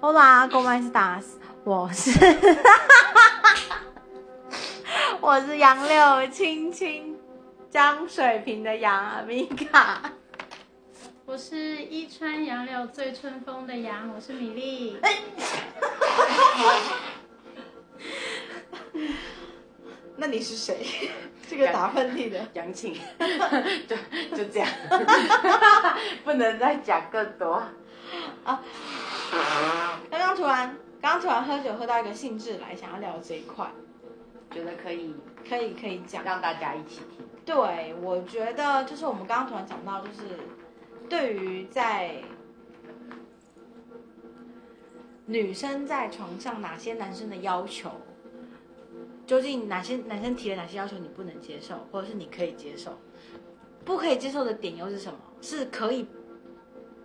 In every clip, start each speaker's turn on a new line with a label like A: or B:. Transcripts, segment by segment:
A: Olá, como estás？我是，我是杨柳青青，江水平的杨阿米卡。
B: 我是一川杨柳醉春风的杨，我是米粒。
C: 那你是谁？这个打喷嚏的，
D: 杨庆， 就就这样， 不能再讲更多。啊
C: 刚刚突然，刚刚突然喝酒喝到一个兴致来，想要聊这一块，
D: 觉得可以
C: 可以可以讲。
D: 让大家一起听，
C: 对，我觉得就是我们刚刚突然讲到，就是对于在女生在床上哪些男生的要求，究竟哪些男生提了哪些要求你不能接受，或者是你可以接受，不可以接受的点又是什么？是可以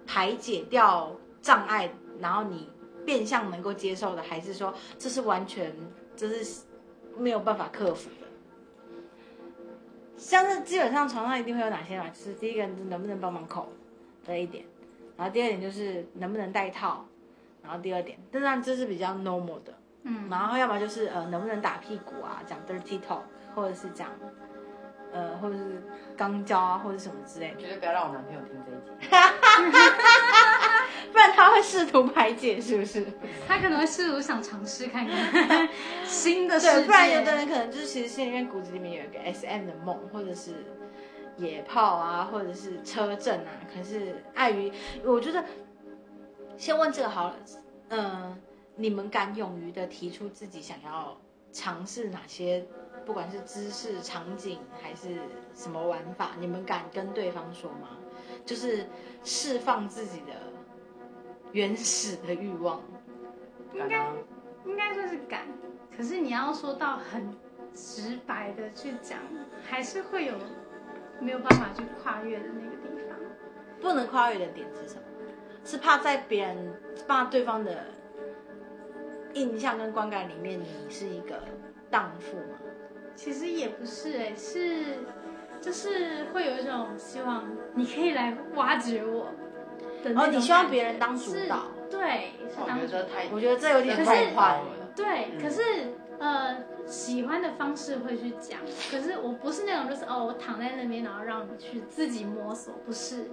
C: 排解掉障碍，然后你变相能够接受的，还是说这是完全这是没有办法克服的？像是基本上床上一定会有哪些嘛？就是第一个能不能帮忙口这一点，然后第二点就是能不能戴套，然后第二点，当然这是比较 normal 的，
B: 嗯，
C: 然后要么就是呃能不能打屁股啊，讲 dirty talk，或者是讲呃或者是肛交啊或者什么之类的，
D: 绝对不要让我男朋友听这一集。
C: 不然他会试图排解是不是？
B: 他可能会试图想尝试看看 新的世界。
C: 对，不然有的人可能就是其实心里面骨子里面有一个 SM 的梦，或者是野炮啊，或者是车震啊，可是碍于我觉得，先问这个好了，嗯、你们敢勇于的提出自己想要尝试哪些，不管是姿势、场景还是什么玩法，你们敢跟对方说吗？就是释放自己的原始的欲望。
D: 应该
B: 应该就是敢，可是你要说到很直白的去讲，还是会有没有办法去跨越的那个地方。
C: 不能跨越的点是什么？是怕在别人怕对方的印象跟观感里面，你是一个荡妇吗？
B: 其实也不是哎、是就是会有一种希望你可以来挖掘我的那种感觉。
C: 哦，你希望别人当主
B: 是
C: 导？
B: 对，是
D: 哦我
B: 当
D: 觉
B: 主
D: 得太，
C: 我觉得这有
D: 这
C: 点
D: 太
C: 太宽
D: 宽
C: 了。
D: 了。
B: 对，
D: 嗯
B: 可是
C: 嗯
B: 呃，喜欢的方式会去讲，可是我不是那种就是哦，我躺在那边，然后让你去自己摸索，不是，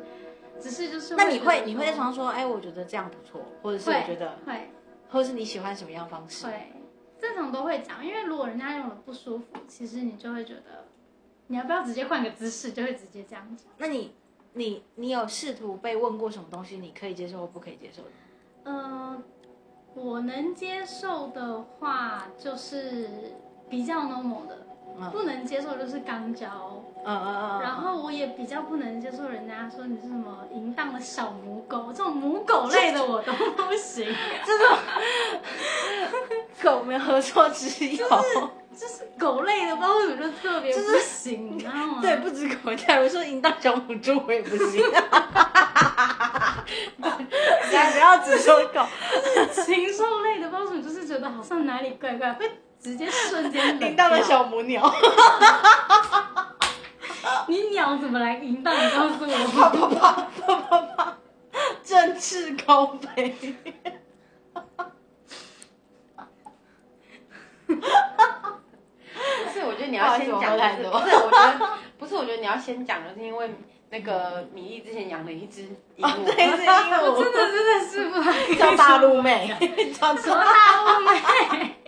B: 只是就是
C: 那你
B: 觉
C: 会
B: 得
C: 你会在
B: 说
C: 床上说，哎，我觉得这样不错，或者是我觉得，
B: 会
C: 或者是你喜欢什么样的方式？
B: 会正常都会讲，因为如果人家用了不舒服，其实你就会觉得你要不要直接换个姿势，就会直接这样讲。
C: 那你你你有试图被问过什么东西你可以接受或不可以接受的？嗯
B: 呃，我能接受的话就是比较 normal 的，
C: 嗯
B: 不能接受就是肛交。
C: 嗯嗯嗯
B: 然
C: 嗯。
B: 后我也比较不能接受人家说你是什么淫荡的小母狗，这种母狗类的我都 不行。
C: 狗没有合作之友，
B: 就是狗类的，不知道为什么就特别不行，你知道吗？
C: 对，，不止狗带，我说淫荡小母猪我也不 行。
A: 不要只说狗，
B: 禽兽类的，不知道为什么就是觉得好像哪里怪怪，会直接瞬间冷 掉
C: 淫荡的小母鸟，
B: 你鸟怎么来淫荡？你告诉我，
C: 振翅高飞。
D: 不是，我觉得你要先
C: 不好
D: 讲，
C: 意思
D: 就是
C: 我喝
D: 不是，我觉得不是，我觉得你要先讲，就是因为那个米粒之前养了一只鹦鹉，
C: 哦对，是鹦鹉，
B: 真的真的是不好意 思
C: 叫大陆妹， 叫
B: 什么大雾妹。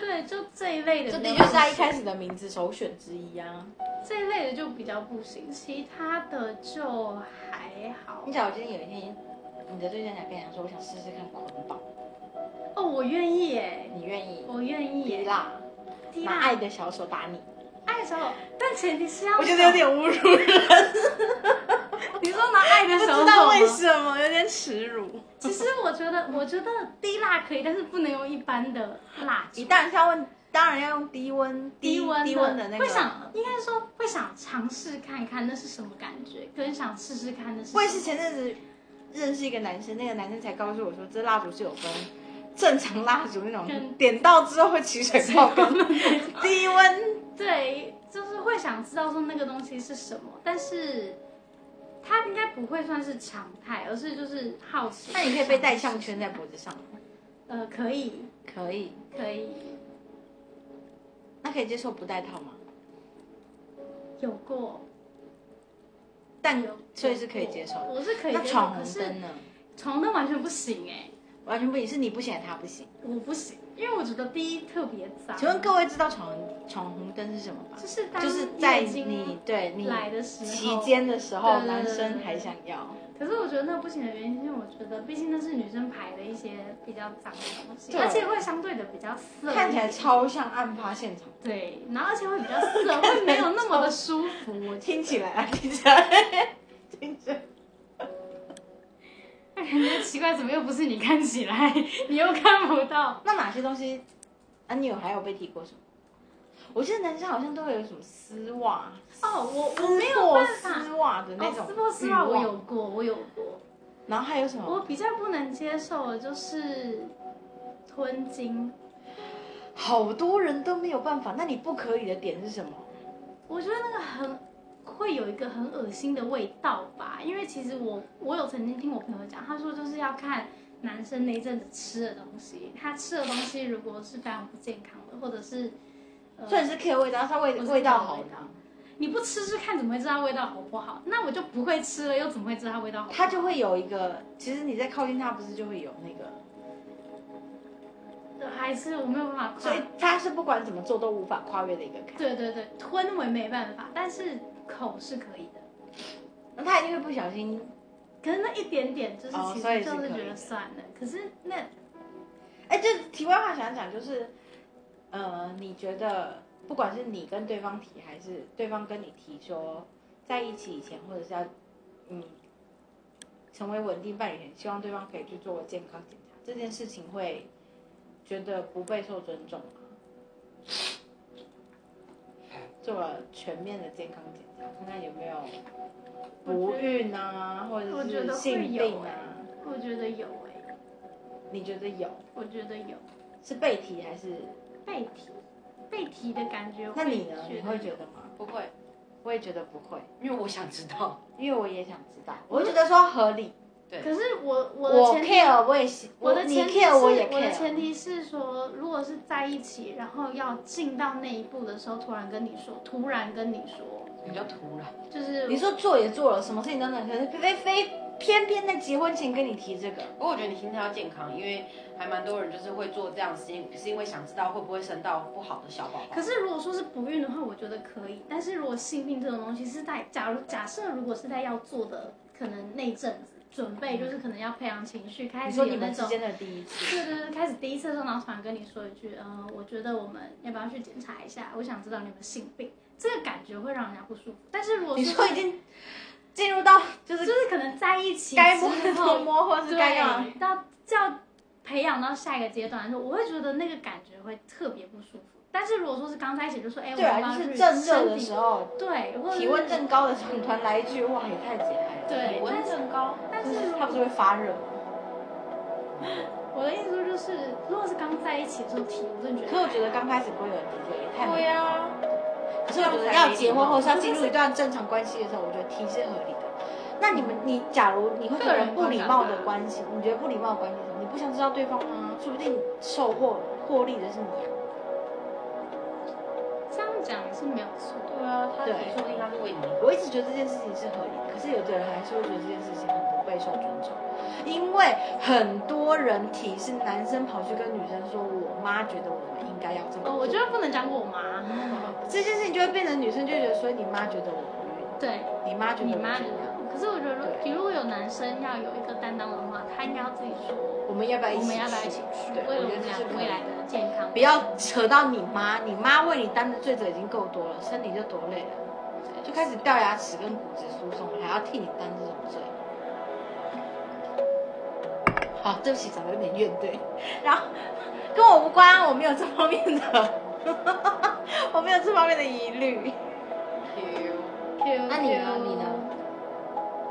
B: 对，就这一类的，
C: 这的确是他一开始的名字首选之一啊。
B: 这一类的就比较不行，其他的就还好
C: 你。假如今天有一天，你的对象想跟你讲说，我想试试看捆绑，
B: 哦，我愿意耶，
C: 你愿意？
B: 我愿意
C: 滴
B: 耶。
C: 蜡，
B: 滴
C: 拿爱的小手打你，
B: 爱的手，但前提是要
C: 我觉得有点侮辱人，
B: 你说拿爱的
C: 不
B: 手
C: 知
B: 手
C: 道 为
B: 吗？
C: 什么，有点耻辱。
B: 其实我觉得，我觉得低蜡可以，但是不能用一般的蜡烛
C: 你。当然是要问，当然要用低温
B: 低温
C: 低温的那个。
B: 会想，应该说会想尝试看看那是什么感觉，跟想试试看那是什么。
C: 我也是前阵子认识一个男生，那个男生才告诉我说，这蜡烛是有分正常蜡烛那种
B: 跟
C: 点到之后会起水泡，跟低温
B: 对，就是会想知道说那个东西是什么，但是它应该不会算是常态，而是就是好奇。
C: 那你可以被戴项圈在脖子上吗？
B: 呃，可以，
C: 可以。
B: 可以，
C: 那可以接受不戴套吗？
B: 有过，
C: 但
B: 有过
C: 所以是可以接受的。
B: 我是可以
C: 那
B: 接受，
C: 闯
B: 可
C: 红
B: 是
C: 灯呢？
B: 闯红灯完全不行哎、
C: 完全不行，是你不行，还是他不行。
B: 我不行，因为我觉得第一特别脏。
C: 请问各位知道闯红闯红灯是什么吧？
B: 就是当
C: 就是在
B: 月经
C: 你对你
B: 来的时候
C: 期间的时候，
B: 对对对
C: 男生
B: 对
C: 还想要。
B: 可是我觉得那不行的原因，是因为我觉得，毕竟那是女生排的一些比较脏的东西，
C: 对
B: 而且会相对的比较涩，
C: 看起来超像案发现场，
B: 对，然后而且会比较涩，会没有那么的舒服。我
C: 听起来 啊，听起来，听起来。
B: 感觉奇怪，怎么又不是你看起来，你又看不到？
C: 那哪些东西啊？你有还有被提过什么？我记得男生好像都会有什么丝袜、
B: 哦，我我
C: 撕
B: 没有
C: 破
B: 办法
C: 丝。袜的那
B: 哦，
C: 种
B: 撕破丝
C: 欲
B: 袜
C: 望
B: 我有，过，我有过。
C: 然后还有什
B: 我
C: 么？
B: 比较不能接受的就是吞金，
C: 好多人都没有办法。那你不可以的点是什么？
B: 我觉得那个很会有一个很恶心的味道吧，因为其实我我有曾经听我朋友讲，他说就是要看男生那一阵子吃的东西，他吃的东西如果是非常不健康的，或者是呃
C: 虽然是 K 味道，但是它味
B: 不是
C: 味道好
B: 味道，你不吃吃看怎么会知道味道好不好？那我就不会吃了，又怎么会知道它味道好不好？
C: 它就会有一个。其实你在靠近它，不是就会有那个，
B: 对还是我没有办法
C: 所
B: 跨
C: 以它是不管怎么做都无法跨越的一个坎。
B: 对对对，吞我也没办法，但是口是可以的。
C: 那他一定会不小心。
B: 可是那一点点，就是
C: 哦
B: 其
C: 所以
B: 实
C: 是
B: 就是
C: 可以
B: 觉
C: 的
B: 得算了。可是那
C: 哎，这题外话想想，就是，呃，你觉得不管是你跟对方提，还是对方跟你提说在一起以前，或者是要嗯成为稳定伴侣前，希望对方可以去做健康检查，这件事情会觉得不备受尊重吗？做了全面的健康检查，看看有没有不孕啊，或
B: 我
C: 者
B: 觉
C: 是
B: 得会
C: 性
B: 有
C: 病啊
B: 哎？我觉得有哎、
C: 你觉得有？
B: 我觉得有
C: 是被提还是？
B: 背题，背题的感觉。
C: 那你呢？你会觉
B: 得
C: 得吗？
D: 不会，
C: 我也觉得不会，
D: 因为我想知道。
C: 因为我也想知道。我会觉得说合理，
D: 对
B: 有？可是我我的
C: 我
B: 前提
C: care 我也喜，
B: 我的
C: 你
B: 前提是
C: care 我也
B: 我的前
C: care。
B: 提是说，如果是在一起，然后要进到那一步的时候，突然跟你说，突然跟你说，
D: 比较突然，
B: 就是
C: 你说做也做了，什么事情都能，可是非非偏偏在结婚前跟你提这个，
D: 不过我觉得你心态要健康，因为还蛮多人就是会做这样的事情，是因为想知道会不会生到不好的小宝宝
B: 可。是如果说是不孕的话，我觉得可以。但是如果性病这种东西是在，假如假设如果是在要做的，可能那一阵子准备就是可能要培养情绪，开
C: 你
B: 始
C: 说
B: 有
C: 你
B: 那
C: 们之
B: 种。
C: 间的第一次，
B: 对对对，开始第一次的时候，然后突然跟你说一句，嗯、我觉得我们要不要去检查一下？我想知道你有没有性病，这个感觉会让人家不舒服。但是如果
C: 你
B: 是
C: 说已经进入到就
B: 就是是可能在一起
C: 该摸
B: 之
C: 的
B: 后
C: 偷，摸，或是该让
B: 对，到要培养到下一个阶段的时候，我会觉得那个感觉会特别不舒服。但是如果说是刚在一起，就说哎，我
C: 对啊，就
B: 们要
C: 是
B: 去
C: 正热的
B: 身体
C: 时候，
B: 对，或者是
C: 体温正高的时候，突然来一句哇，也太解嗨了。
B: 对
D: 体温
B: 但是
D: 正高，
B: 但
C: 就是是
B: 如
C: 他
B: 果
C: 不是会发热吗？
B: 我的意思说就是，如果是刚在一起的时候体，我真的觉
C: 可是我
B: 得
C: 觉得刚开始不会有人提这个，也太
D: 对呀、
C: 可是我觉得要结婚或是要进入一段正常关系的时候，我觉得提是合理的。那你们，你假如你会个人不礼貌的关系，你觉得不礼貌的关系是什么？你不想知道对方吗？说不定收获获利的是你啊。
B: 这样讲也是没有错。
D: 对啊，他
C: 对
D: 提说不定他是为你。
C: 我一直觉得这件事情是合理的，可是有的人还是会觉得这件事情很不备受尊重，因为很多人提是男生跑去跟女生说，我妈觉得我们应该要这么做，
B: 哦，我觉得不能讲我妈，
C: 这件事情就会变成女生就会觉得说，你妈觉得我不孕，
B: 对
C: 你妈觉得我
B: 你妈
C: 不
B: 觉
C: 孕
B: 得。可是我觉得
C: 对，
B: 如果有男生要有一个担当的话，他应该要自己说，
C: 我们要不要一起去？
B: 我们要不要一起去，
C: 对，
B: 为了
C: 我
B: 我
C: 觉得
B: 们
C: 这
B: 俩
C: 是可以
B: 未来的健康。
C: 不要扯到你妈，你妈为你担的罪责已经够多了，身体就多累了，就开始掉牙齿跟骨质疏松，还要替你担这种罪。好，对不起，长得有点怨怼，然后跟我无关，我没有这方面的， 我没有这方面的疑虑。那你呢？你呢？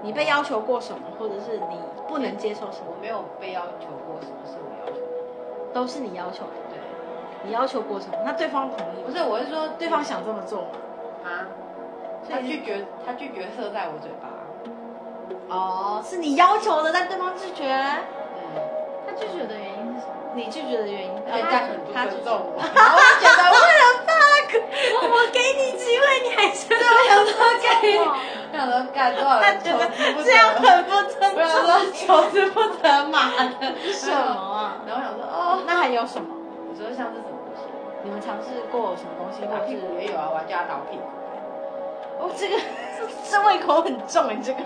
C: 你被要求过什么，或者是你不能接受什
D: 我
C: 么，
D: 没有被要求过什么是我要求的，
C: 都是你要求的。
D: 对，
C: 你要求过什么？那对方同意吗？
D: 不是，我是说
C: 对方想这么做吗？
D: 啊，
C: 所
D: 他
C: 以
D: 拒绝，他拒绝射在我嘴巴，
C: 哦，是你要求的，但对方拒绝，
D: 嗯，
B: 他拒绝的原因是什么？
C: 你拒绝的原因，呃
D: 而且
C: 他
D: 他很不
C: 他拒 绝
D: 尊重我
C: 我，，
D: 然后我就觉得我
B: 我给你机会，你还是对我
C: 想说给
B: 我。
D: 想说干多少
C: 他
D: 人
C: 觉
D: 求
C: 得
D: 之不
C: 这样
D: 得，
C: 很不尊
D: 不然
C: 重。
D: 说求之不得嘛的，
C: 什么啊？
D: 然后我想说哦，
C: 那还有什么？
D: 我觉得像这种东西，
C: 你们尝试过什么东西，
D: 打
C: 或
D: 屁
C: 是
D: 股也有啊，我还叫他打我屁股，
C: 哦，这个这胃口很重，你这个。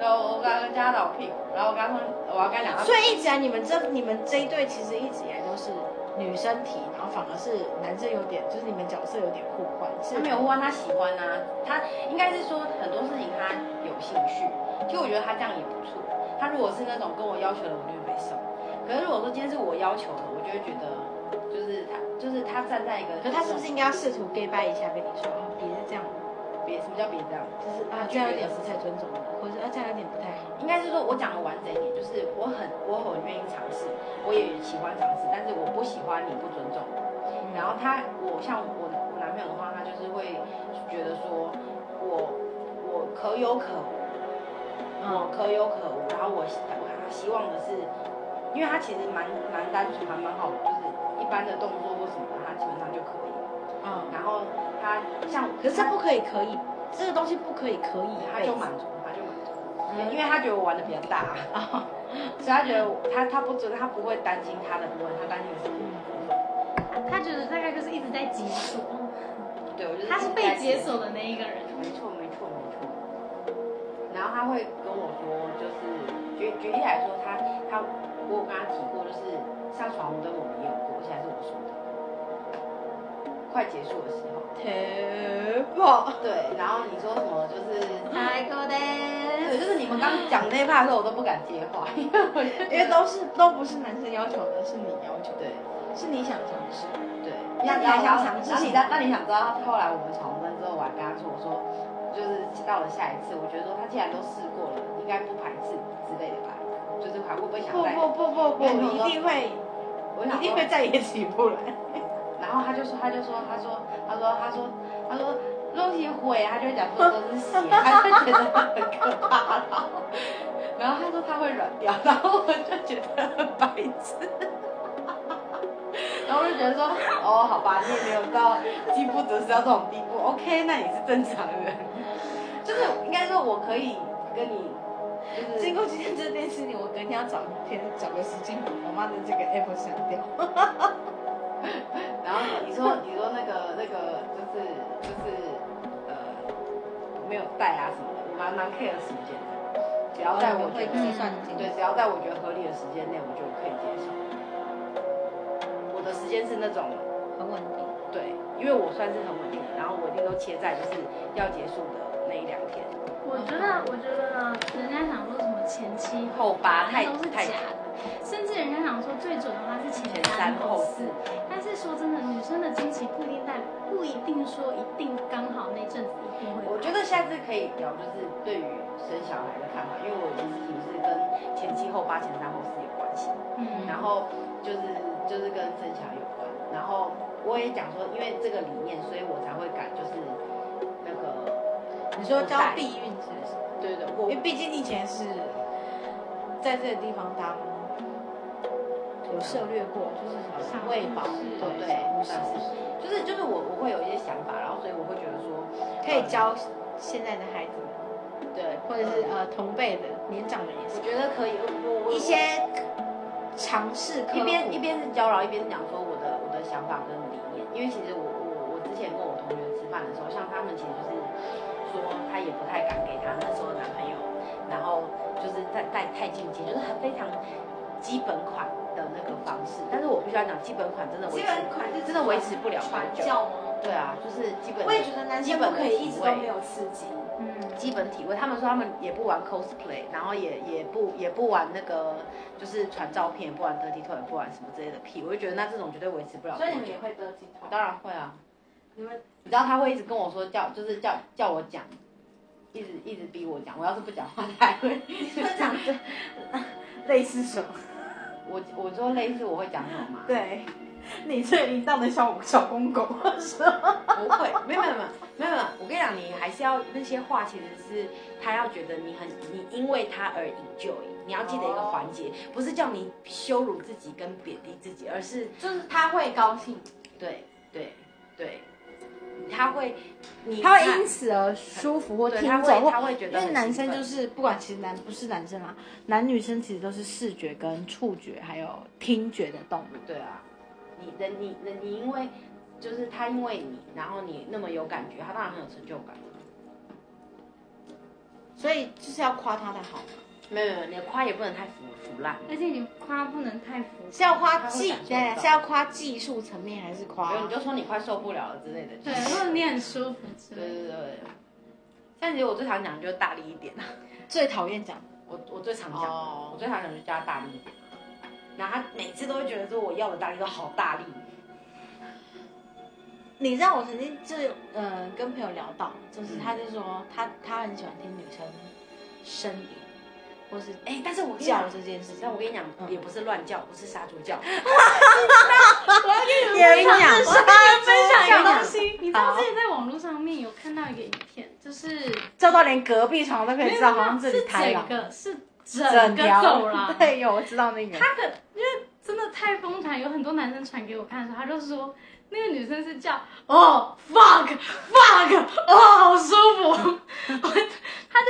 D: 然后我刚刚叫他打我屁股，然后我刚刚我要跟他讲 他，
C: 所以一直以来你们这你们这一对其实一直以来都是女生提，然后反而是男生有点，就是你们角色有点互换，是
D: 他没有互换，他喜欢啊，他应该是说很多事情他有兴趣，其实我觉得他这样也不错。他如果是那种跟我要求的，我就没送。可是如果说今天是我要求的，我就会觉得就是他就是他站在一个，
C: 可他是不是应该要试图 gay 掰一下，跟你说啊，别这样，
D: 别什么叫别这样？
C: 就是啊这样有点不太尊重我，或者啊这样有点不太好。
D: 应该是说我讲的完整一点，就是我很我很愿意尝试，我也喜欢尝试，但是我不喜欢你不尊重我。
C: 嗯
D: 然后他，我像我我男朋友的话，他就是会觉得说我我可有可无，
C: 嗯，
D: 我可有可无。然后我希我希望的是，因为他其实蛮蛮单纯，蛮蛮好的，就是一般的动作或什么的，他基本上就可以。
C: 嗯，
D: 然后他像
C: 可是这不可以，可以，这个东西不可以，可以，
D: 他就满足，他就满足。因
C: 嗯
D: 为他觉得我玩的比较大、
C: 啊，
D: 所以他觉得我他他不准，他不会担心他的部分，他担心的是我
C: 嗯
D: 的部分。
B: 他觉得大概就是一直在解锁，
D: 对，我就是
B: 他是被解
D: 锁。
B: 锁的那一个人。
D: 没错，没错，没错。然后他会跟我说，就是举举例来说，他他我有跟他提过，就是上床红灯我们也有过，而且还是我说的。快结束的时候，
C: 铁 炮，
D: 对，然后你说什么就是，
B: 太酷
D: 对，
B: 的，
D: 就是你们刚讲那一趴的时候，我都不敢接话，因为我觉
C: 因为
D: 得
C: 都是都不是男生要求的，是你要求的，
D: 对
C: 是你想尝试。
D: 对，
C: 那你还想尝试
D: 然后
C: 什
D: 你
C: 么
D: 那那你想知道后来我们闯红灯之后，我还跟他说，我说就是到了下一次，我觉得说他既然都试过了，应该不排斥之类的吧，就是还会不会想
C: 不
D: 再
C: 不不不不，你一定会，
D: 我
C: 你一
D: 想
C: 定
D: 说
C: 会再也起不来。
D: 然后他就说，他就说，他说，他说，他说，他说，肉些灰，他就会讲说都是血，他就觉得很可怕。然后，然后他说他会软掉，然后我就觉得很白痴。然后我就觉得说，哦，好吧，你也没有到饥不择食到这种地步，OK，那你是正常人。就是应该说，我可以跟你，就是
C: 经过今天这件事情，我隔天要找一天找个时间把我妈的这个 app 删掉。
D: 然后你说你说那个那个就是就是呃没有带啊什么的，我蛮
B: 哦
D: 蛮 care 时间的，只要在我觉
C: 会
D: 得、嗯
C: 计算机，
D: 对，只要在我觉得合理的时间内，我就可以接受。我的时间是那种
C: 很稳定。
D: 对，因为我算是很稳定的，然后我一定都切在就是要结束的那一两天，
B: 我觉得，我觉得人家想说什么前期
D: 后八太
B: 哦那都是
D: 太
B: 假的，甚至人家想说最准的话是前
D: 前三
B: 三
D: 后
B: 后四，，
D: 四
B: 但哦是说真的，女生的经期不一定在，不一定说一定刚好那阵子一定会来。
D: 我觉得下次可以聊，就是对于生小孩的看法，因为我的事情是跟前七后八、前三后四有关系。
B: 嗯，
D: 然后就是就是跟生小孩有关。然后我也讲说，因为这个理念，所以我才会改，就是那个
C: 你说交避孕是不是？
D: 对对，
C: 因
D: 我
C: 为毕竟你以前是在这个地方当有涉略过，就是什么喂饱，
D: 对
C: 啊对
D: 对，
C: 是
D: 算是就是就是我我会有一些想法，然后所以我会觉得说
C: 可以教现在的孩子们，
D: 哦对，
C: 或者是呃同辈的年长的也
D: 我
C: 是
D: 觉得可以，我我
C: 一些尝试科普，
D: 一边一边是教，然后一边是讲说我的我的想法跟理念，因为其实我我我之前跟我同学吃饭的时候，像他们其实就是说她也不太敢给她那时候的男朋友，然后就是太太太进阶，就是很非常基本款的那个方式，但是我必须要讲基本款真的
C: 基
D: 维持
C: 本款是
D: 真的维持不了
C: 传
D: 很久，
C: 教吗？
D: 对啊，就是基本
C: 我也觉得男
D: 基
C: 生
D: 本
C: 不
D: 的
C: 可以一直
D: 体
C: 都
D: 位
C: 没有刺激。
B: 嗯，
D: 基本体位，他们说他们也不玩 cosplay，然后也也不也不玩那个，就是传照片，也不玩 dirty toy，也不玩什么之类的屁，我就觉得那这种绝对维持不了多久。
C: 所以你们也会得金头？
D: 当然会啊，
C: 你们
D: 你知道他会一直跟我说叫，就是叫叫我讲，一直一直逼我讲，我要是不讲话，他还会
C: 你们讲的类似什么？
D: 我我说类似我会讲什么吗？
C: 对， 你这淫荡的小小公 狗，是吗
D: 不会，没有没有没有没有没有，我跟你讲，你还是要那些话，其实是他要觉得你很，你因为他而引咎，你要记得一个环节，不是叫你羞辱自己跟贬低自己，而是
A: 就是他会高兴，
D: 对对对，他会，你
C: 他会因此而舒服或
D: 对
C: 听
D: 他
C: 走
D: 会
C: 或
D: 他会觉
C: 因
D: 得很
C: 为
D: 兴奋，
C: 男生就是不管其实男不是男生啦，男女生其实都是视觉跟触觉还有听觉的动物。
D: 对啊，你的你的你因为就是他因为你，然后你那么有感觉，他当然很有成就感。
C: 所以就是要夸他的好嘛，
D: 没有没有，你的夸也不能太腐腐烂，
B: 而且你夸不能太浮
C: 是要夸技
D: 他会感，受
C: 对啊，
D: 到
C: 是要夸技术层面还是夸
D: 没？有你就说你快受不了了之类的。
B: 对，如果你很舒服之
D: 对
B: 类的，
D: 对对对。但其实我最常讲就是大力一点啊，
C: 最讨厌讲
D: 我我最常讲，我
C: 哦，
D: 最常讲就叫他大力一点，然后他每次都会觉得说我要的大力都好大力，
C: 你知道我曾经就是呃跟朋友聊到，就是他就说他他很喜欢听女生呻吟或是
D: 哎，但是我跟你
C: 叫
D: 讲，
C: 这件事情
D: 但，我跟你讲
C: 嗯
D: 也不是乱叫，不是杀猪叫，
A: 也不是
C: 我
A: 杀
B: 分享一个东
A: 西，
B: 西，你知道之前在网络上面有看到一个影片，就是
C: 叫到连隔壁床都可以知道，好像这
B: 是
C: 里开
B: 整
C: 了。
B: 个是
C: 整
B: 整个
C: 条
B: 走廊，
C: 对，有我知道那个。
B: 他可因为真的太疯传，有很多男生传给我看的时候，他就说那个女生是叫哦 fuck fuck 哦好舒服， 我他就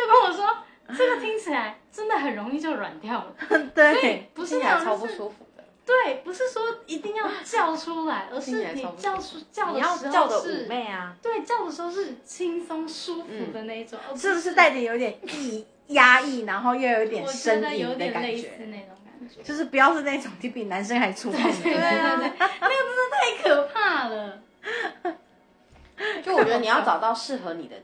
B: 跟我说这个听起来真的很容易就软掉了，所以
C: 对，
B: 不是
D: 听起
B: 那
D: 来超
B: 种
D: 不
B: 就是
D: 舒服的。
B: 对，不是说一定要叫出来，而
D: 听起
B: 是
D: 来
B: 你
D: 超不
B: 叫出叫
D: 你
B: 的
D: 要
B: 时
D: 叫的
B: 候
D: 妩
B: 是。
D: 媚啊，
B: 对，叫的时候是轻松舒服的那一种，而
C: 是不是带点有点抑压抑，然后又有点
B: 我觉
C: 呻
B: 得有
C: 吟的
B: 点
C: 感
B: 类似
C: 觉？
B: 那种感 觉。
C: 就是不要是那种你比男生还粗犷
B: 对
C: 的，
B: 啊，那个真的太 可怕了。
D: 就我觉得 你要找到适合你的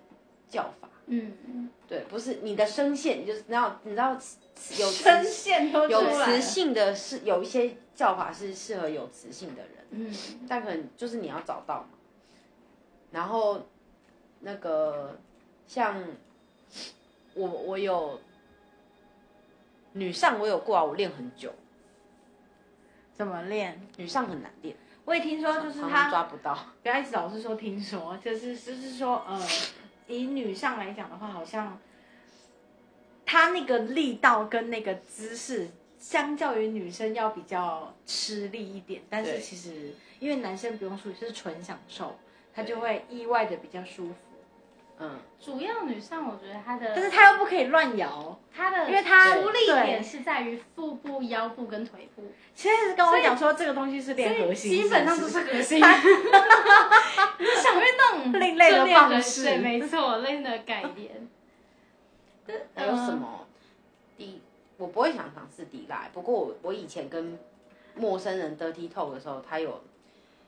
D: 叫法，
B: 嗯，
D: 对，不是你的声线，你就是你要你知道有
C: 声线都
D: 有
C: 出来
D: 磁
C: 了。
D: 性的是有一些叫法是适合有磁性的人，
B: 嗯，
D: 但可能就是你要找到嘛。然后那个像我我有女上我有过啊，我练很久，
C: 怎么练？
D: 女上很难练，
C: 我也听说，就是
D: 常常
C: 他
D: 抓不到。
C: 不要一直老是说听说，就是就是说，呃，以女上来讲的话，好像他那个力道跟那个姿势，相较于女生要比较吃力一点，但是
D: 对
C: 其实因为男生不用出力，是纯享受，他
D: 对
C: 就会意外的比较舒服。
D: 嗯，
B: 主要女上我觉得她的，
C: 但是他又不可以乱摇，
B: 她的，
C: 因为她
B: 出力
C: 对
B: 点是在于腹部、腰部跟腿部，
C: 其实跟我讲说这个东西是
B: 所
C: 练
B: 以
C: 核心，
B: 基本上
C: 是
B: 都
C: 不
B: 是
C: 是
B: 核心。 你想运动，
C: 另类的
B: 就练核
C: 方式
B: 对，没错，类的概念。
D: 还有
C: 嗯
D: 什么？低，我不会想尝试低拉，不过我我以前跟陌生人 dirty talk 的时候，他有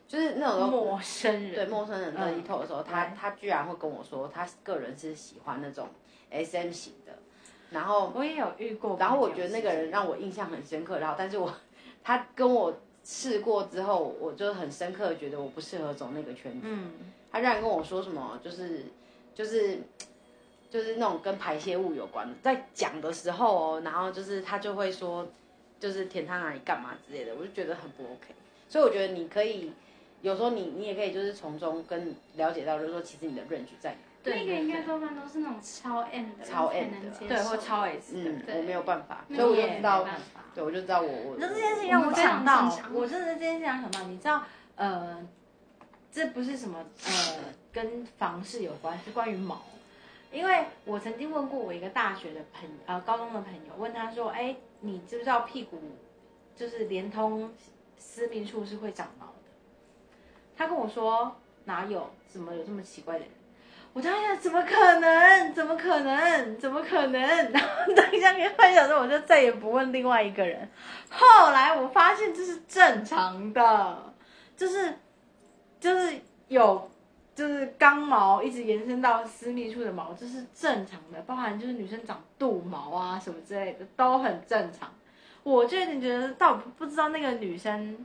D: 就是那种
C: 陌生人
D: 对陌生人的
C: 嗯
D: 一透的时候，他
C: 对
D: 他居然会跟我说，他个人是喜欢那种 S M 型的，然后
C: 我也有遇过，
D: 然后我觉得那个人让我印象很深刻，然后但是我他跟我试过之后，我就很深刻地觉得我不适合走那个圈子。
C: 嗯，
D: 他居然跟我说什么，就是就是就是那种跟排泄物有关的，在讲的时候哦，然后就是他就会说，就是舔他哪里干嘛之类的，我就觉得很不 OK。所以我觉得你可以，有时候你你也可以就是从中跟了解到，就是说其实你的 range 在哪。
B: 那
C: 对
B: 个应该多半都是那种超 N 的，
D: 超
B: 才
D: M
B: 能
D: 的
B: 接受
C: 对或超 S 的，
D: 嗯，
B: 对
D: 我没有办法，
B: 那
D: 所以我
B: 个
D: 就
B: 也
D: 知道
B: 没，办法
D: 对我就知道我我
C: 那这件事情让我想
B: 我
C: 到
B: 们非常正，常
C: 我真的这件事情让我想到，你知道，呃，这不是什么呃跟房事有关，是关于毛。因为我曾经问过我一个大学的朋呃高中的朋友，问他说，哎，你知不知道屁股就是连通私密处是会长毛的？他跟我说哪有，怎么有这么奇怪的人？我当下怎么可能？怎么可能？怎么可能？ 然后当下跟分享之后，我就再也不问另外一个人。后来我发现这是正常的，就是就是有就是刚毛一直延伸到私密处的毛，这是正常的，包含就是女生长肚毛啊什么之类的都很正常。我就有点觉得，到底不知道那个女生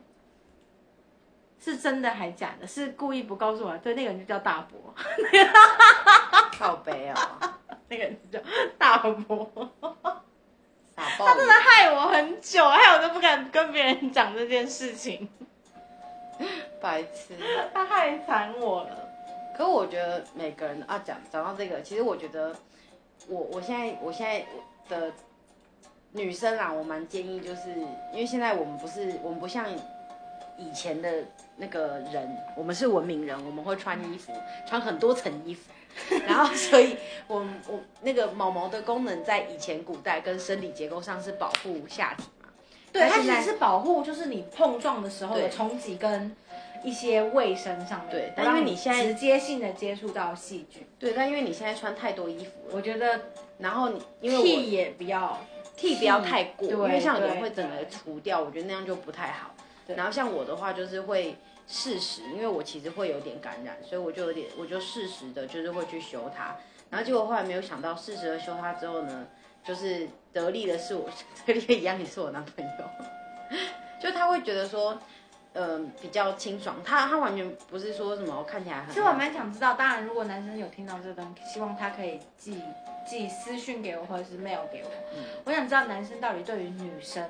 C: 是真的还假的，是故意不告诉我的。对，那个人就叫大伯，
D: 靠背哦，
C: 那个人就叫大伯。
D: 傻爆眼。
C: 害我很久，害我都不敢跟别人讲这件事情。
D: 白痴。
A: 他害惨我了。
D: 可我觉得每个人啊，讲讲到这个，其实我觉得我我现在我现在的女生啦，我蛮建议，就是因为现在我们不是我们不像以前的那个人，我们是文明人，我们会穿衣服，穿很多层衣服。然后，所以我我那个毛毛的功能在以前古代跟生理结构上是保护下体嘛，
C: 对，它
D: 但
C: 其
D: 现在
C: 实是保护，就是你碰撞的时候的
D: 对
C: 冲击跟一些卫生上面。
D: 对
C: 不
D: 但
C: 让
D: 因为你现在
C: 直接性的接触到细菌，
D: 对，但因为你现在穿太多衣服了，
C: 我觉得
D: 然后你因为我
C: 屁也不要。
D: 剃不要太过，
C: 对
D: 因为像有人会
C: 对
D: 整个除掉，我觉得那样就不太好。
C: 对
D: 然后像我的话，就是会适时，因为我其实会有点感染，所以我就有点，我就适时的，就是会去修它。然后结果后来没有想到，适时的修它之后呢，就是得力的是我， 得力的一样也是我男朋友， 就他会觉得说，嗯、比较清爽。他他完全不是说什么看起来很，
C: 其实我蛮想知道，当然如果男生有听到这个东西，希望他可以寄寄私讯给我，或者是 mail 给我。
D: 嗯
C: 我想知道男生到底对于女生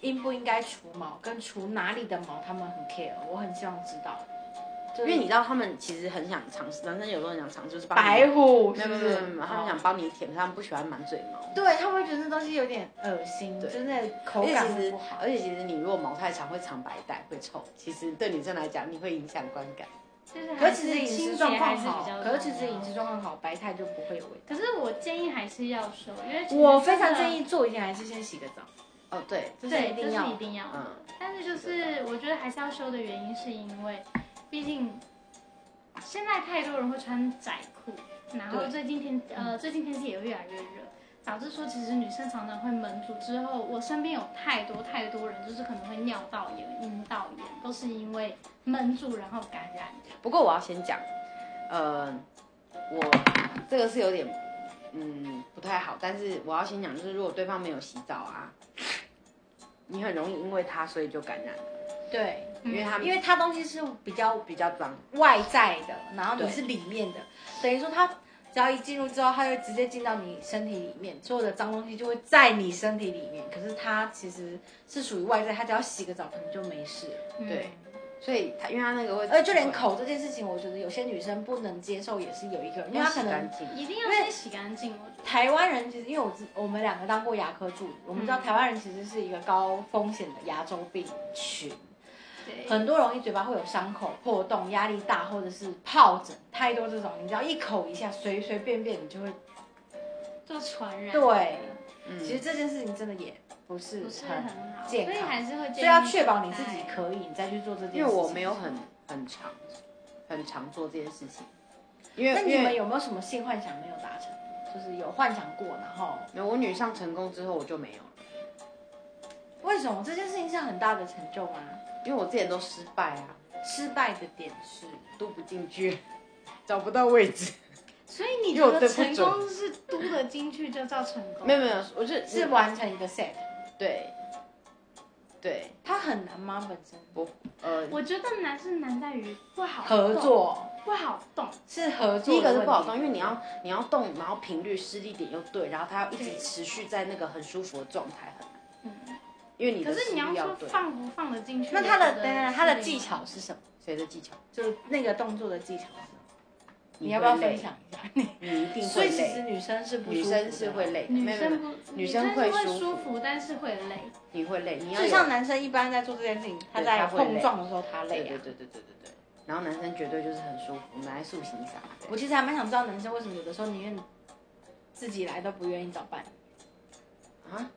C: 应不应该除毛，跟除哪里的毛，他们很 care，我很希望知道。就
D: 因
C: 是
D: 为你知道他们其实很想尝试，男生有时候很想尝试，就是帮你
C: 白虎是
D: 没有
C: 不
D: 没有
C: 是
D: 没有没有，他们想帮你舔，他们不喜欢满嘴毛。
C: 对他们会觉得那东西有点恶心，就
D: 对
C: 是那口
D: 而且
C: 感
D: 其
C: 会
D: 实
C: 不好，。
D: 而且其实你如果毛太长会长白带，会臭。其实对女生来讲，你会影响观感。
B: 就是
C: 可
B: 还
C: 是其实
B: 是
C: 饮
B: 清
C: 食
B: 洁
C: 状
B: 还
C: 况
B: 是比
C: 好
B: 较，
C: 可是其实
B: 重要
C: 饮食状况好，白菜就不会有味道。
B: 可是我建议还是要修，因为其实
C: 我非常
B: 真的
C: 建议做一件还是先洗个澡，
D: 哦，对，
C: 这是
B: 对，
C: 一
B: 这
C: 定
B: 是
C: 要
B: 一。定要的。
D: 嗯
B: 但是就是我觉得还是要修的原因，是因为毕竟现在太多人会穿窄裤，然后
C: 对
B: 最近天呃最近天气也越来越热，导致说其实女生常常会闷住。之后我身边有太多太多人就是可能会尿道炎、阴道炎，都是因为闷住然后感染的。
D: 不过我要先讲，呃，我这个是有点，嗯，不太好。但是我要先讲，就是如果对方没有洗澡啊，你很容易因为他所以就感染了，
C: 对，
D: 因为他
C: 因为它东西是比较
D: 比较脏。
C: 外在的，然后你
D: 对
C: 是里面的，等于说它只要一进入之后，它就直接进到你身体里面，所有的脏东西就会在你身体里面。可是它其实是属于外在，它只要洗个澡可能就没事了。呃
B: 嗯
D: 对所以他因为他那个会，
C: 而就连口这件事情，我觉得有些女生不能接受也是有一个，因为
D: 要
C: 她
D: 洗
C: 可能
D: 干净。
B: 一定要先洗干净。我觉得
C: 台湾人其实，因为我知我们两个当过牙科助理，我们知道
B: 嗯
C: 台湾人其实是一个高风险的牙周病群，
B: 对，
C: 很多容易嘴巴会有伤口、破洞、压力大或者是疱疹，太多这种，你只要一口一下，随随便便你就会。
B: 就传染。
C: 对，
D: 嗯，
C: 其实这件事情真的也不是
B: 不是很
C: 很，
B: 好，所
C: 健
B: 以
C: 康
B: 还是会建议
C: 所以要确保你自己
B: 戴
C: 可以，你再去做这件事情。
D: 因为我没有很很常很常做这件事情，因
C: 那
D: 为
C: 你
D: 因
C: 们
D: 为
C: 有没有什么性幻想没有达成？就是有幻想过，然后
D: 没有我女上成功之后我就没有了。
C: 为什么这件事情是很大的成就吗？
D: 因为我之前都失败啊，
C: 失败的点是，
D: 嘟不进去，找不到位置。
B: 所以你
D: 因为
B: 觉
D: 我
B: 得
D: 对
B: 成
D: 不准
B: 功是嘟得进去就叫成功？
D: 没有没有，我是
C: 是完成一个 set，
D: 对对
C: 它很难吗？本身
D: 不呃，
B: 我觉得难是难在于不好
C: 合
B: 动，
C: 作
B: 不好动，
C: 是合作，
D: 第一个是不好动，，因为你要你要动，然后频率施力点又对，然后它要一直持续在那个很舒服的状态很难，
B: 嗯，
D: 因为你
B: 可
D: 的
B: 是
D: 施
B: 你要
D: 力
B: 说
D: 要对。
B: 放不放得进去，
C: 那他的
B: 我觉
C: 等
B: 得
C: 等，
B: 是
C: 他的
B: 另
C: 技
B: 外
C: 巧是什么？
D: 谁的技巧？
C: 就是那个动作的技巧是什么？你要
D: 会
C: 不要分
D: 累？
C: 享一下？你
D: 你一定
C: 所
D: 会
C: 以其实
D: 累，
C: 女生是不舒
D: 女
C: 服的
D: 生是会，累的，
B: 女
D: 没有没有
B: 生
D: 没有，
B: 不，
D: 女
B: 生
D: 生会
B: 会
D: 舒
B: 舒
D: 服
B: 服，但是会累。
D: 你会累，你要
C: 就
D: 有
C: 像男生一般在做这件事情，他
D: 对
C: 在
D: 他会累
C: 碰撞的时候他累
D: 对对
C: 啊
D: 对。对对对对对。然后男生绝对就是很舒服，拿来塑形啥的。
C: 我其实还蛮想知道男生为什么有的时候宁愿自己来都不愿意找伴侣，
D: 啊，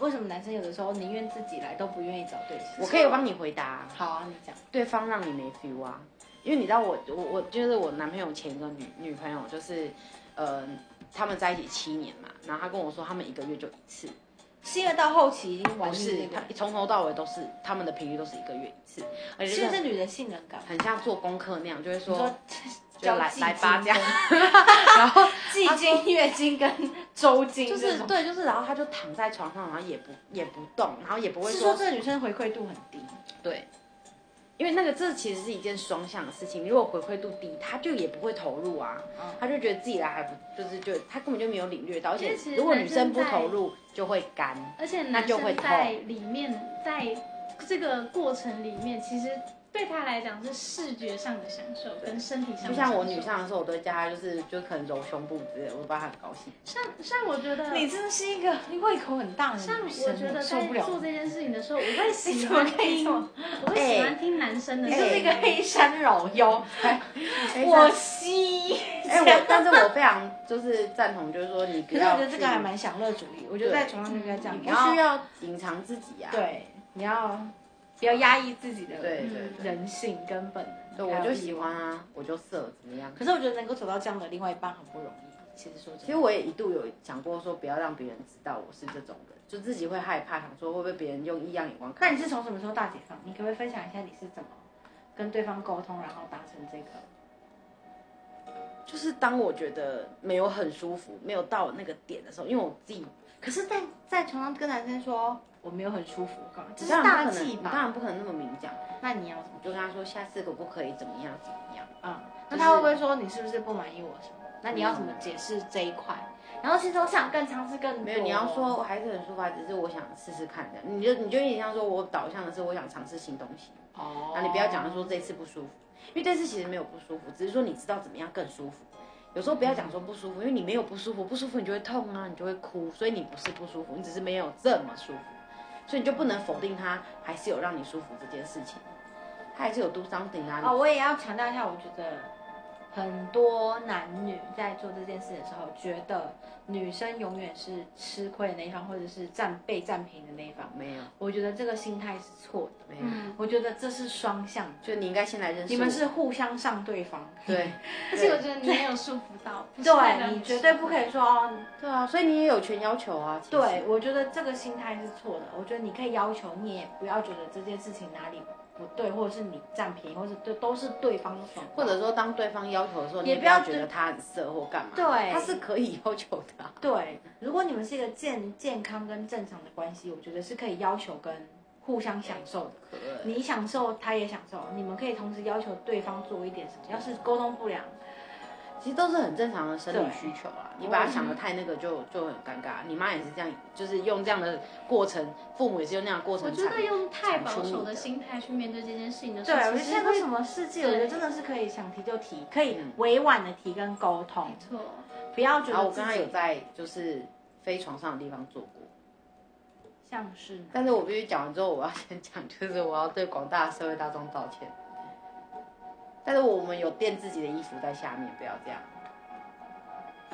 C: 为什么男生有的时候宁愿自己来都不愿意找对象？
D: 我可以帮你回答、
C: 好啊，你讲。
D: 对方让你没 feel 啊。因为你知道我我我就是我男朋友前一个女女朋友，就是呃他们在一起七年嘛，然后他跟我说他们一个月就一次，
C: 是因为到后期已经玩
D: 不
C: 腻
D: 是
C: 那
D: 他
C: 个，
D: 从头到尾都是他们的频率都是一个月一次，而且
C: 是
D: 就
C: 不
D: 是
C: 是女的性能感？
D: 很像做功课那样，就会
C: 你
D: 说
C: 说
D: 就来来吧这样，
C: 然后季经、月经跟周经
D: 就
C: 这
D: 是
C: 种，
D: 对就是，然后他就躺在床上，然后也不也不动，然后也不会
C: 是
D: 说
C: 说这个女生回馈度很低，
D: 对，因为那个这其实是一件双向的事情。如果回馈度低，他就也不会投入啊，
C: 嗯
D: 他就觉得自己来还不就是就他根本就没有领略到，而
B: 因
D: 且
B: 为其实
D: 如果
B: 男
D: 女生
B: 生
D: 不
B: 在
D: 投入就会干。
B: 而且
D: 那
B: 男
D: 就会
B: 生在里面，在这个过程里面，其实对他来讲是视觉上的享受跟身体上的享受。
D: 就像我女上的时候，我都会叫她就是就可能揉胸部之类的，我爸很高兴。
B: 像像我觉得
C: 你真的是一个胃口很大的
B: 像
C: 女生，
B: 我觉得
C: 受
B: 在
C: 不了。
B: 做这件事情的时候，我会
C: 你
B: 喜
C: 怎么
B: 欢
C: 可以
B: 听，
C: 这么？
B: 我会喜欢听男生的
C: 你
B: 声
C: 就
B: 音。
C: 是一个黑
B: 哎
C: 山老妖，我吸。
D: 哎、我但是我非常就是赞同，就是说你不
C: 可是我
D: 要
C: 觉得这个
D: 去
C: 还蛮享乐主义，我觉得
D: 对
C: 在床上就应该这样，
D: 你
C: 你
D: 不需
C: 要
D: 要隐藏自己啊。
C: 对，你要不要压抑自己的
D: 对对对对，
C: 人性跟本能？
D: 对我就喜欢。啊，我就色怎么样？
C: 可是我觉得能够走到这样的另外一半很不容易，其实说真
D: 其实
C: 的，
D: 我也一度有想过说，不要让别人知道我是这种人，就自己会害怕，想说会不会别人用异样眼光
C: 那
D: 看
C: 你是从什么时候大解放？你可不可以分享一下你是怎么跟对方沟通，然后达成这个？
D: 就是当我觉得没有很舒服，没有到那个点的时候，因为我自己
C: 可是在，在床上跟男生说我没有很舒服，干嘛？这
D: 你
C: 是
D: 当然
C: 大
D: 不可能，
C: 忌
D: 你当然
C: 吧？
D: 不可能那么明讲，
C: 那你要怎么
D: 我就跟他说下次可不可以怎么样怎么样？
C: 啊、
D: 就
C: 那
D: 是
C: 他会不会说你是嗯不是不满意我什么？那你要怎么解释这一块？然后其实我想更尝试更多。
D: 没有，你要说我还是很舒服啊，只是我想试试看这样，你就你就有点像说我导向的是我想尝试新东西，
C: 哦，
D: 啊那你不要讲说这次不舒服，因为这次其实没有不舒服，只是说你知道怎么样更舒服。有时候不要讲说不舒服，因为你没有不舒服，不舒服你就会痛啊，你就会哭，所以你不是不舒服，你只是没有这么舒服，所以你就不能否定它还是有让你舒服这件事情，它还是有 do something 啊。
C: 哦，我也要强调一下，我觉得很多男女在做这件事的时候，觉得女生永远是吃亏的那一方，或者是占被占便宜的那一方。
D: 没有
C: 我觉得这个心态是错的，
D: 没有，
B: 嗯，
C: 我觉得这是双向的，
D: 就你应该先来认识
C: 你们
D: 我
C: 是互相上对方。
D: 对
B: 而且我觉得你没有束缚 到，不是代表
C: 对你绝对不可以说哦，
D: 对啊，所以你也有权要求啊。其实
C: 对，我觉得这个心态是错的。我觉得你可以要求，你也不要觉得这件事情哪里不对，或者是你占便宜，或者是对都是对方爽，
D: 或者说当对方要求的时候，你
C: 也
D: 也不
C: 不要
D: 要觉
C: 对
D: 得他很色或干嘛，
C: 对
D: 他是可以要求的啊、
C: 对。如果你们是一个健健康跟正常的关系，我觉得是可以要求跟互相享受的。
D: 可以
C: 你享受，他也享受，你们可以同时要求对方做一点
D: 嗯
C: 什么。要是沟通不良，
D: 其实都是很正常的生理
C: 对
D: 需求啊。你把它想的太那个就，就很尴尬。你妈也是这样，就是用这样的过程，父母也是用那样的过程
B: 我
D: 产。
B: 觉得用太保守的心态去面对这件事情的时
C: 对，
B: 候，
C: 我觉得
B: 其实
C: 现在
B: 会
C: 为什么世纪，我觉得真的是可以想提就提，可以
D: 嗯
C: 委婉的提跟沟通
B: 没，错，
C: 不要觉
D: 然后
C: 得
D: 我
C: 自
D: 跟他有
C: 己
D: 在就是非床上的地方做过，
C: 像是男
D: 但是我必须讲完之后，我要先讲，就是我要对广大的社会大众道歉。但是我们有垫自己的衣服在下面，不要这样。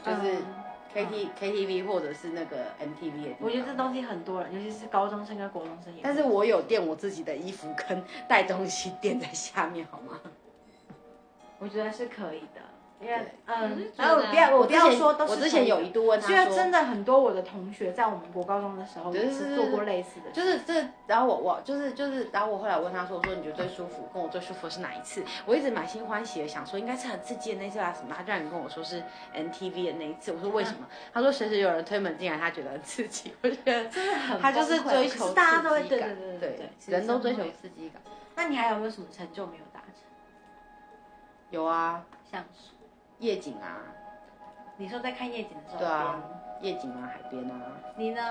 D: 就是
C: 嗯
D: K T、K T V 或者是那个 M T V 的地方
C: 我觉得这东西很多人，尤其是高中生跟国中生也会。
D: 但是我有垫我自己的衣服跟带东西垫在下面，好吗？
C: 我觉得是可以的，因为
D: 对
B: 我
C: 嗯，
B: 是觉
C: 然
B: 得
C: 后我不要我不要说都是
D: 啊我之前有
C: 一
D: 一度问他
C: 因为
D: 说，
C: 真的很多我的同学在我们国高中的时候
D: 对
C: 也是做过类似的，
D: 就是这，然后我我就是就是，然后我后来问他说，我说你觉得最舒服，跟我最舒服的是哪一次？我一直满心欢喜的想说应该是很刺激的那次啊什么，他居然跟我说是 NTV 的那一次，我说为什么？他说随时有人推门进来，他觉得很刺激，我觉得
C: 真的很
D: 他就是
C: 崩溃
D: 追
C: 可
D: 求刺
C: 是
D: 激感，
C: 大家都会对对对
D: 对
C: 对对，
D: 人都追
C: 其实
D: 求
C: 真的会。
D: 刺激感。
C: 那你还有没有什么成就没有达成？
D: 有啊，
C: 像是
D: 夜景啊，
C: 你说在看夜景的时候，
D: 对啊，
C: 嗯
D: 夜景啊，海边啊。
C: 你呢？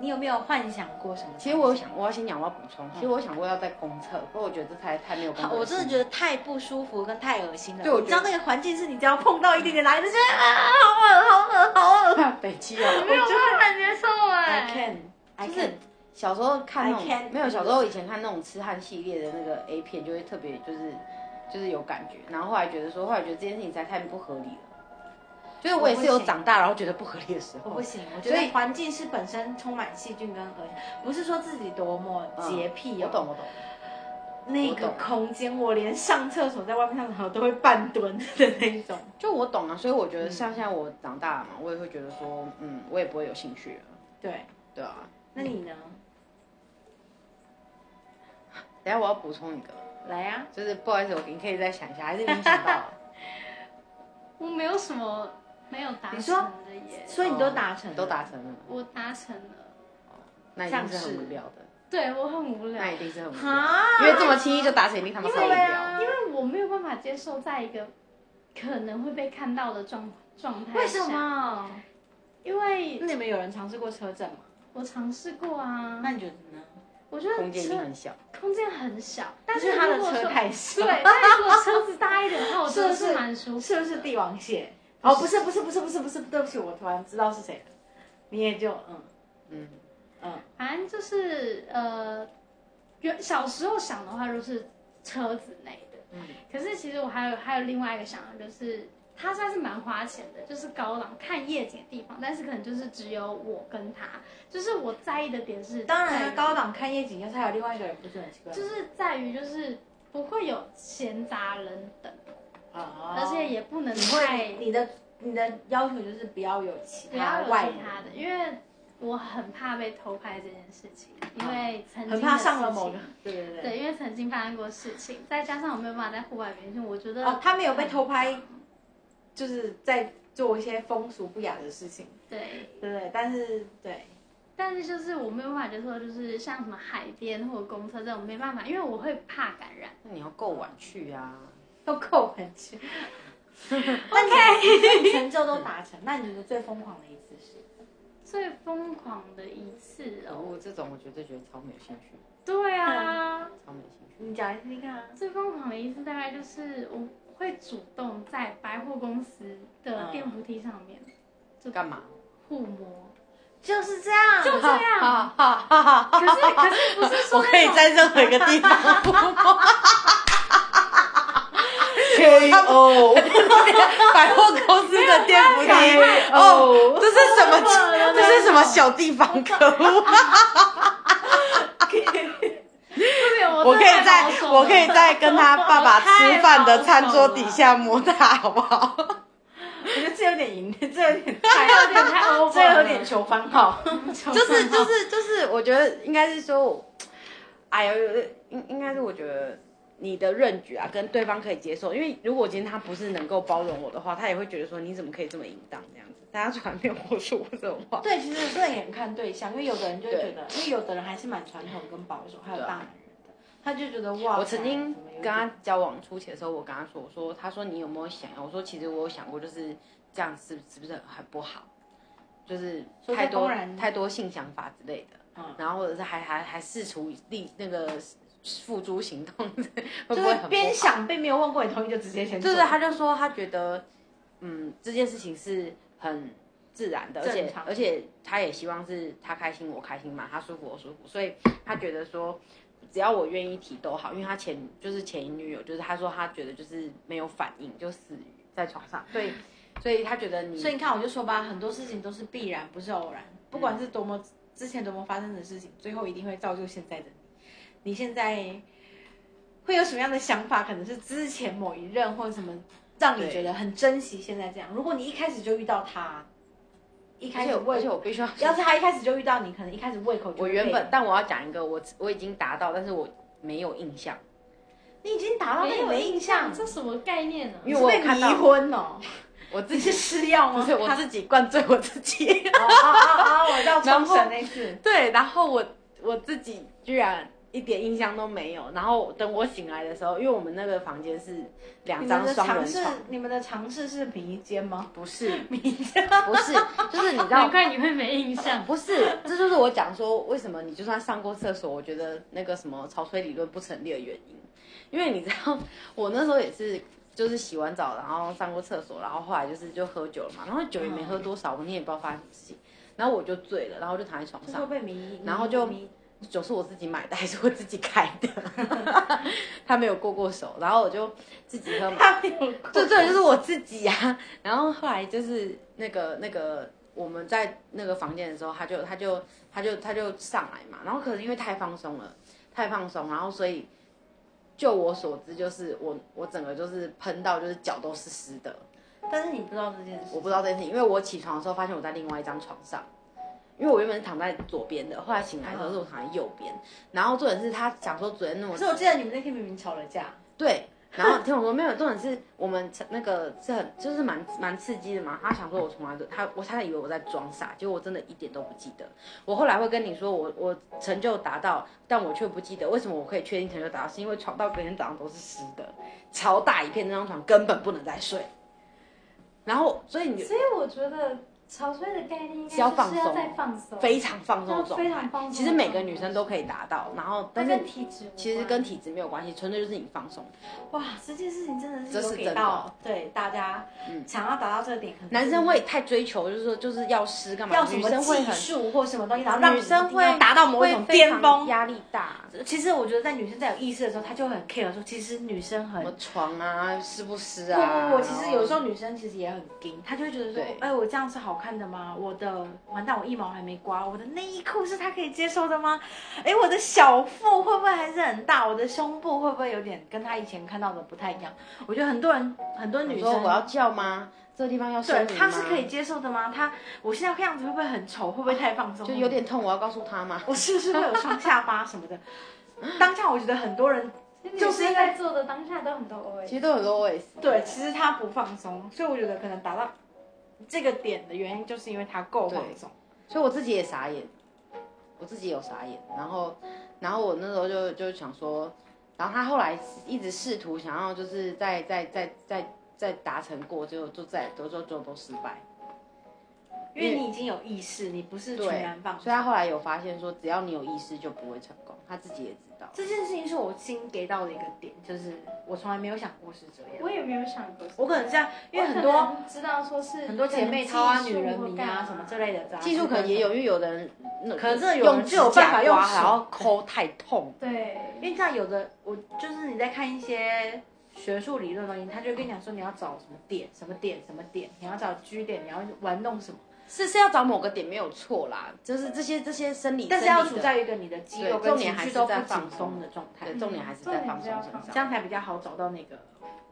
C: 你有没有幻想过什么？
D: 其实我有想，我要先讲，我要补充。其实我有想过要在公厕，不过我觉得这太太没有公
C: 嗯
D: 德
C: 好，
D: 心。
C: 我真的觉得太不舒服跟太恶心了。
D: 对我
C: 你知
D: 觉
C: 道
D: 得
C: 那个环境是你只要碰到一点点来，你就觉得啊，好恶，好恶，好恶。
D: 得 北极哦，我就
B: 不能接受
C: I
B: 哎。
C: can, I
D: 就是
C: can。
D: 小时候看那
C: I
D: 种
C: can't
D: 没有，小时候以前看那种痴汉系列的那个 A 片，就会特别就是就是有感觉，然后后来觉得说，后来觉得这件事情实在太不合理了。就是我也是有长大，然后觉得不合理的时
C: 我
D: 候
C: 不。行，我觉
D: 所以
C: 得环境是本身充满细菌跟恶心，不是说自己多么洁癖、
D: 嗯
C: 哦
D: 我懂，。我懂。
C: 那
D: 我
C: 个
D: 懂
C: 空间，我连上厕所在外面上厕所都会半蹲的那一种。
D: 就我懂啊，所以我
C: 嗯
D: 觉得像现在我长大了嘛，我也会觉得说，嗯，我也不会有兴趣了。
C: 对，
D: 对啊，
C: 那你呢？
D: 等一下我要补充一个，
C: 来啊呀、
D: 就是不好意思，我你可以再想一下，还是你已经想到了？
B: 我没有什么没有达
C: 你
B: 成
C: 说
B: 的耶，
C: 所以你都达成了
D: 都达成了，
B: 我达成了。
D: 那一定是很无聊的，
B: 对我很无聊
D: 那，一定是很无聊，
C: 啊
D: 因为这么轻易就达成，一定他妈超无聊。
B: 因为我没有办法接受在一个可能会被看到的状状态下。
C: 为什？么？
B: 因为
C: 那你们有人尝试过车震吗？
B: 我尝试过啊，
C: 那你觉得呢？
B: 我觉得
D: 空间一
B: 车
D: 定很小，
B: 空间很小，但
C: 就是
B: 是
C: 他的
B: 如果
C: 车
B: 说
C: 太小，
B: 对，但是如果车子大一点的话，我真 的
C: 是不
B: 是
C: 是
B: 蛮舒服。
C: 是不是帝王蟹？哦，不是，不是，不是，不是，不是，对不起，我突然知道是谁了。你也就嗯，
D: 嗯，
B: 反正就是呃，原小时候想的话就是车子类的，
D: 嗯
B: 可是其实我还有还有另外一个想法，就是它算是蛮花钱的，就是高档看夜景的地方，但是可能就是只有我跟他，就是我在意的点是在于，
C: 当然了，啊高档看夜景，要是还有另外一个人，不是很奇怪吗？
B: 就是在于就是不会有闲杂人等，
C: 啊
B: 而且也不能
C: 你
B: 太
C: 会你的你的要求就是不要有其
B: 不要
C: 他
B: 有
C: 外
B: 其
C: 人，
B: 他的，因为我很怕被偷拍这件事情，因为曾
C: 哦
B: 经
C: 很
B: 的
C: 怕上了
B: 事
C: 某
B: 情
C: 个，对对对。
B: 对，因为曾经发生过事情，再加上我没有办法在户外远行，我觉得、
C: 哦，他没有被偷拍，就是在做一些风俗不雅的事情，
B: 对，
C: 对不对？但是对，
B: 但是就是我没有办法接受，就是像什么海边或者公车这种没办法，因为我会怕感染。
D: 那你要够晚去啊。
C: 都扣回 去。那你成就都达成，那你觉得最疯狂的一次是？
B: 最疯狂的一次哦，
D: 我这种我绝对觉得超没有兴趣，
B: 对啊，
C: 嗯
D: 超没有兴趣。
C: 你讲一听看啊。
B: 最疯狂的一次大概就是我会主动在百货公司的
C: 嗯
B: 电扶梯上面
D: 干嘛？
B: 互 摸，
C: 就是这样，
B: 就这样。
C: 哈哈哈
B: 可是可是不是说
C: 我可以
B: 那种
C: 在任何一个地方
D: KO，百货公司的电扶梯哦，这是什么？这是什么小地方？可恶！
B: 对我
D: 我
B: 真
D: 可
B: 的
D: 以在
B: 太保守了
D: 我可以在跟他爸爸吃饭的餐桌底下摸他，好不好？
C: 我觉得这有点赢，这有点
B: 还有点 太 over，
C: 这有点求番号。
D: 就是就是就是，我觉得应该是说，哎呀，应应该是我觉得。你的认觉啊，跟对方可以接受，因为如果今天他不是能够包容我的话，他也会觉得说你怎么可以这么淫荡这样子。大家从来没有过说过这种话，
C: 对，其实这也很看对象，因为有的人就会觉得，因为有的人还是蛮传统跟保守，还有
D: 对啊
C: 大男人的，他就觉得哇塞。
D: 我曾经
C: 怎么有
D: 跟他
C: 点
D: 交往初期的时候，我跟他说，我说，他说你有没有想要？我说其实我有想过，就是这样是是不是很不好？就是
C: 所以
D: 太
C: 就
D: 多
C: 公然
D: 太多性想法之类的，
C: 嗯
D: 然后或者是还还还试图立那个付诸行动，
C: 就
D: 会不会
C: 是
D: 很不
C: 边
D: 好
C: 想并没有问过你同意就直接先做。
D: 对对，他就说他觉得，嗯，这件事情是很自然的，而
C: 正
D: 且
C: 常
D: 而且他也希望是他开心我开心嘛，他舒服我舒服，所以他觉得说只要我愿意提都好，因为他前就是前一女友，就是他说他觉得就是没有反应就死于在床上，所以所以他觉得你
C: 所以你看，我就说吧，很多事情都是必然，不是偶然。不
D: 嗯
C: 管是多么之前多么发生的事情，最后一定会造就现在的你。你现在会有什么样的想法？可能是之前某一任或者什么，让你
D: 对
C: 觉得很珍惜现在这样。如果你一开始就遇到他，一
D: 而
C: 开
D: 且
C: 始
D: 我而
C: 胃
D: 且，我必须要说
C: 要是他一开始就遇到你，可能一开始胃口就
D: 我
C: 会
D: 原
C: 被
D: 本，但我要讲一个我我已经达到，但是我没有印象，
C: 你已经达到那个没印象，
B: 这什么概念啊呢、
D: 因
C: 你
D: 为
C: 是
D: 我有
C: 被
D: 看
C: 迷
D: 到
C: 昏 哦，
D: 我自
C: 你是
D: 己
C: 吃药
D: 不
C: 吗？
D: 是我
C: 他
D: 自己灌醉我自己。
C: 哦哦哦哦，我到
D: 然
C: 冲
D: 后
C: 绳那 次，
D: 对，然后我我自己居然一点印象都没有。然后等我醒来的时候，因为我们那个房间是两
C: 你
D: 张
C: 们的
D: 双
C: 尝
D: 人
C: 试
D: 床，，
C: 你们的尝试是迷间 吗？
D: 不是
C: 迷间，
D: 不是，就是你知
B: 难
D: 道。
B: 怪 你会没印象。
D: 不是，这就是我讲说为什么你就算上过厕所，我觉得那个什么潮吹理论不成立的原因，因为你知道我那时候也是就是洗完澡，然后上过厕所，然后后来就是就喝酒了嘛，然后酒也没喝多少，你也不知道发生什么事情，然后我就醉了，然后就躺在床
C: 就是
D: 上
C: 会，被迷，
D: 然后就
C: 迷
D: 酒是我自己买的还是我自己开的，他没有过过手，然后我就自己喝嘛。
C: 他没有过
D: 对对，就是我自己啊。然后后来就是那个那个我们在那个房间的时候，他就他就他就他就上来嘛。然后可是因为太放松了，太放松，然后所以就我所知，就是我我整个就是喷到就是脚都是湿的。
C: 但是你不知道这件事，
D: 我不知道这件事情，因为我起床的时候发现我在另外一张床上，因为我原本是躺在左边的，后来醒来的时候是我躺在右边。然后重点是他想说昨天那么
C: 可是我记得你们那天明明吵了架，
D: 对，然后听我说没有，重点是我们那个是很就是蛮蛮刺激的嘛。他想说我从来都他我他以为我在装傻，结果我真的一点都不记得。我后来会跟你说我我成就达到，但我却不记得为什么我可以确定成就达到，是因为床到隔天早上都是湿的，超大一片那张床根本不能再睡。然后所以你就
B: 所以我觉得草率的概念应该
D: 是要放
B: 就是要
D: 松
B: 再放松，
D: 非常放松
B: 要
D: 的状
B: 非
D: 态。
B: 常放松。
D: 其实每个女生都可以，达到，然
C: 嗯
D: 后但
B: 但
D: 是
B: 跟体质无关
D: 其实跟体质没有关系，纯粹就是你放松。
C: 哇，这件事情真的
D: 这
C: 是
D: 是
C: 有给
D: 真的
C: 到对大家
D: 嗯
C: 想要达到这个点，可能
D: 男生会太追求，就是说就是要湿干嘛，
C: 要什
D: 女
C: 么
D: 生会
C: 技
D: 很
C: 术或什么东西，然后让
D: 女生
C: 你一定要
D: 会
C: 达到某一
D: 会
C: 种
D: 非
C: 巅
D: 常
C: 峰。
D: 压力大，
C: 其实我觉得在女生在有意识的时候，她就很 care 说，其实女生很
D: 什么床啊湿不湿
C: 不
D: 啊？
C: 不不，其实有时候
D: 然后
C: 女生其实也很硬，她就会觉得说
D: 对，
C: 哎，我这样是好看的吗？我的完蛋，我一毛还没刮，我的内衣裤是她可以接受的吗？哎，我的小腹会不会还是很大？我的胸部会不会有点跟她以前看到的不太一样？我觉得很多人很多女
D: 你说
C: 生
D: 我要叫吗？这个地方要
C: 对
D: 生理
C: 她是
D: 吗
C: 可以接受的吗？她我现在这样子会不会很丑？会不会太放松？
D: 就有点痛，我要告诉他吗？
C: 我是不是会有双下巴什么的？当下我觉得很多人就是
B: 女
C: 因
B: 生
C: 为
B: 在做的当下都很多 O
D: 其
B: A，
D: 实都有 always
C: 对，其实他不放松，所以我觉得可能达到这个点的原因，就是因为他够放松。
D: 所以我自己也傻眼，我自己有傻眼。然后，然后我那时候就就想说，然后他后来一直试图想要就是再再再再再达成过，结果就再都都都都失败。
C: 因为你已经有意识，你不是全
D: 对
C: 然放，松。
D: 所以他后来有发现说，只要你有意识就不会成功，他自己也知道。
C: 这件事情是我新给到的一个点，就是我从来没有想过是这样。
B: 我也没有想过，
C: 我可能这样，因为很
B: 我
C: 多
B: 可能知道说是
C: 很多姐妹
B: 可能
C: 掏啊、
B: 技
C: 女
B: 术
C: 人
B: 或
C: 迷
B: 干
C: 啊
B: 嘛
C: 什么之类的杂志，
D: 技术可能也有，因为有的人那
C: 可能真的有人
D: 用指
C: 就有办法
D: 甲
C: 用
D: 刮，
C: 手
D: 然后抠太痛。
B: 对，
C: 因为这样有的我就是你在看一些学术理论的东西，他就会跟你讲说你要找什么点、什么点、什么点，你要找 G 点，你要玩弄什么，
D: 是是要找某个点没有错啦，就是这些这些生理，
C: 但是要
D: 生理
C: 处
D: 的
C: 在一个你的肌肉
D: 对
C: 跟
D: 重点
C: 情
D: 还
C: 绪
D: 是
C: 都不
D: 在
C: 紧
D: 放
C: 绷
D: 松
C: 的状态
D: 对，
B: 嗯
D: 重点还是在放松身
C: 这
D: 上。
C: 样才比较好找到那个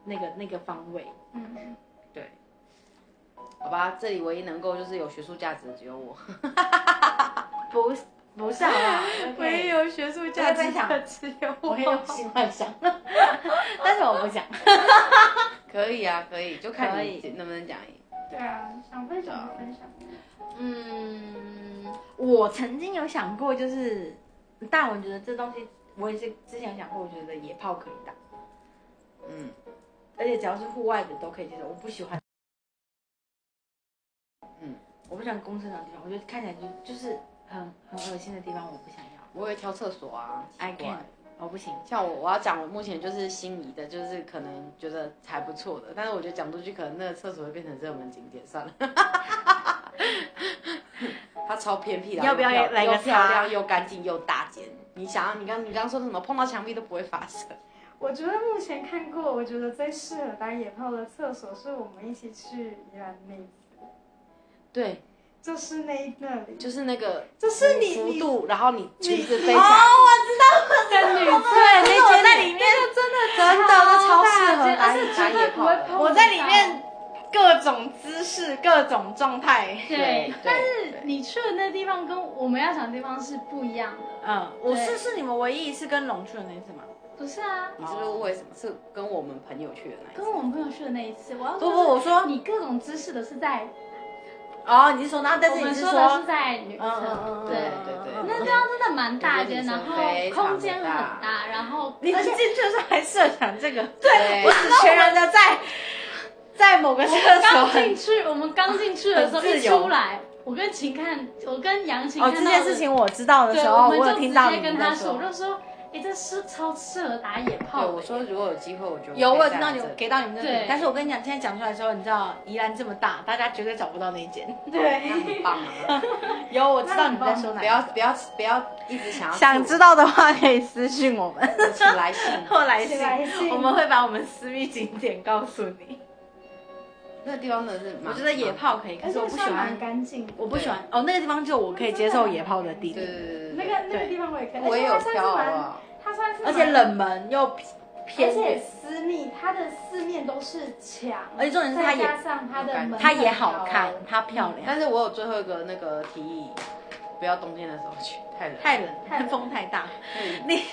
C: 那个那个方位。
B: 嗯，
D: 对，好吧，这里唯一能够就是有学术价值的只有我。
C: 不是不是啊好 啦，我也有
B: 有学术
C: 价值的
B: 只有
C: 我也有性幻想， 但是我不讲。
D: 可以啊，可以，就看
C: 可
D: 你
C: 以
D: 能不能讲而已。
B: 对啊，想分享就分享，
C: 嗯，我曾经有想过，就是但我觉得这东西，我也是之前有想过，我觉得野炮可以打，
D: 嗯，
C: 而且只要是户外的都可以接受。我不喜欢，
D: 嗯，
C: 我不喜欢公厕那种地方，我觉得看起来就就是很很恶心的地方，我不想要。
D: 我会挑厕所啊
C: ，I
D: 奇怪
C: can，我不行。
D: 像我，我要讲我目前就是心仪的，就是可能觉得还不错的，但是我觉得讲出去，可能那个厕所会变成热门景点，算了。 它超偏僻的，啊
C: 要不要
D: 又漂
C: 来个
D: 又漂
C: 叉
D: 亮又干净又大间？你想要，你刚你刚说的什么碰到墙壁都不会发生？
B: 我觉得目前看过，我觉得最适合打野炮的厕所是我们一起去宜兰那一次，
D: 对，
B: 就是那那里，
D: 就是那个
B: 就是你
D: 幅
B: 你
D: 度，然后你裙子飞起
C: 哦，
D: 来，
C: 我知道了，女对，
D: 那
C: 我
D: 间
C: 在里面
D: 真的那超适合
B: 大
D: 打
B: 间而
D: 野
B: 且
D: 打
B: 绝对
D: 野
B: 不
D: 炮
B: 会
D: 的。
B: 碰
C: 我在里面各种姿势、各种状态。
B: 对，
D: 但
B: 是你去的那地方跟我们要想的地方是不一样的，
C: 嗯，我是是你们唯一一次跟龙去的那一次吗？
B: 不是啊？
D: 你是不是误会什么？是跟我们朋友去的那一
B: 跟
D: 次？
B: 我们朋友去的那一次，我要
C: 不
B: 说
C: 不，我
B: 是
C: 说
B: 你各种姿势的是在，
C: 哦，你是说那，但
B: 我
C: 是
B: 们
C: 你是
B: 说的是
C: 说，
B: 在女
C: 嗯嗯嗯
B: 厕，
C: 嗯
B: 对。
C: 嗯
D: 对对
C: 嗯
D: 对，
B: 那地方真的蛮大间，然后空间很大，然后
C: 你们
B: 而且
C: 进去的时候还设想这个？
D: 对
C: 我只全然的在 在某个厕 所
B: 刚进去，我们刚进去的时候一出来，我跟秦看，我跟杨琴
C: 哦，
B: 看到
C: 这
B: 的
C: 件事，情我知道的
B: 对，
C: 时候，哦
B: 们
C: 我有
B: 就
C: 听
B: 直
C: 到
B: 接
C: 你
B: 跟
C: 们
B: 他
C: 在
B: 说，我
C: 说，
B: 就说，哎，这是超适合打野炮
D: 对，
B: 的。
D: 我说如果有机会，我就
C: 有我有听
D: 知
C: 到你给到你们的点
B: 对，
C: 但是我跟你讲，现在讲出来的时候，你知道宜兰这么大，大家绝对找不到那一间。
D: 那很棒啊！
C: 有，我知道你们在说哪
D: 不
C: 一
D: 要
C: 间。
D: 不要不要一直想要
C: 想知道的话可以私信我们，
D: 道，请来信。
C: 后来
B: 请来
C: 信，
B: 信
C: 我们会把我们私密景点告诉你。
D: 那个地方真的是 蛮，
C: 我觉得野炮可以，可
B: 而
C: 是
B: 且
C: 我不喜
B: 算蛮
C: 欢，
B: 干净的，
C: 我不喜欢哦，那个地方就我可以接受野炮的地
D: 对。
C: 点，
D: 对对对
B: 那
D: 对
B: 个
D: 对，
B: 那个地方我也可以，
D: 我也有
B: 而且它算是
D: 挑好不
B: 蛮，
D: 好？
B: 它算是
C: 啊
B: 蛮
C: 而且冷门又偏
B: 而
C: 偏
B: 且
C: 远，
B: 私密，它的四面都是墙，
C: 而且重点是它
B: 再
C: 也
B: 加上它的门，
C: 它也好看，，它漂亮，
D: 但是我有最后一个那个提议，不要冬天的时候去， 太冷。
C: 太冷，
B: 太冷
C: 风太大，
D: 嗯
C: 你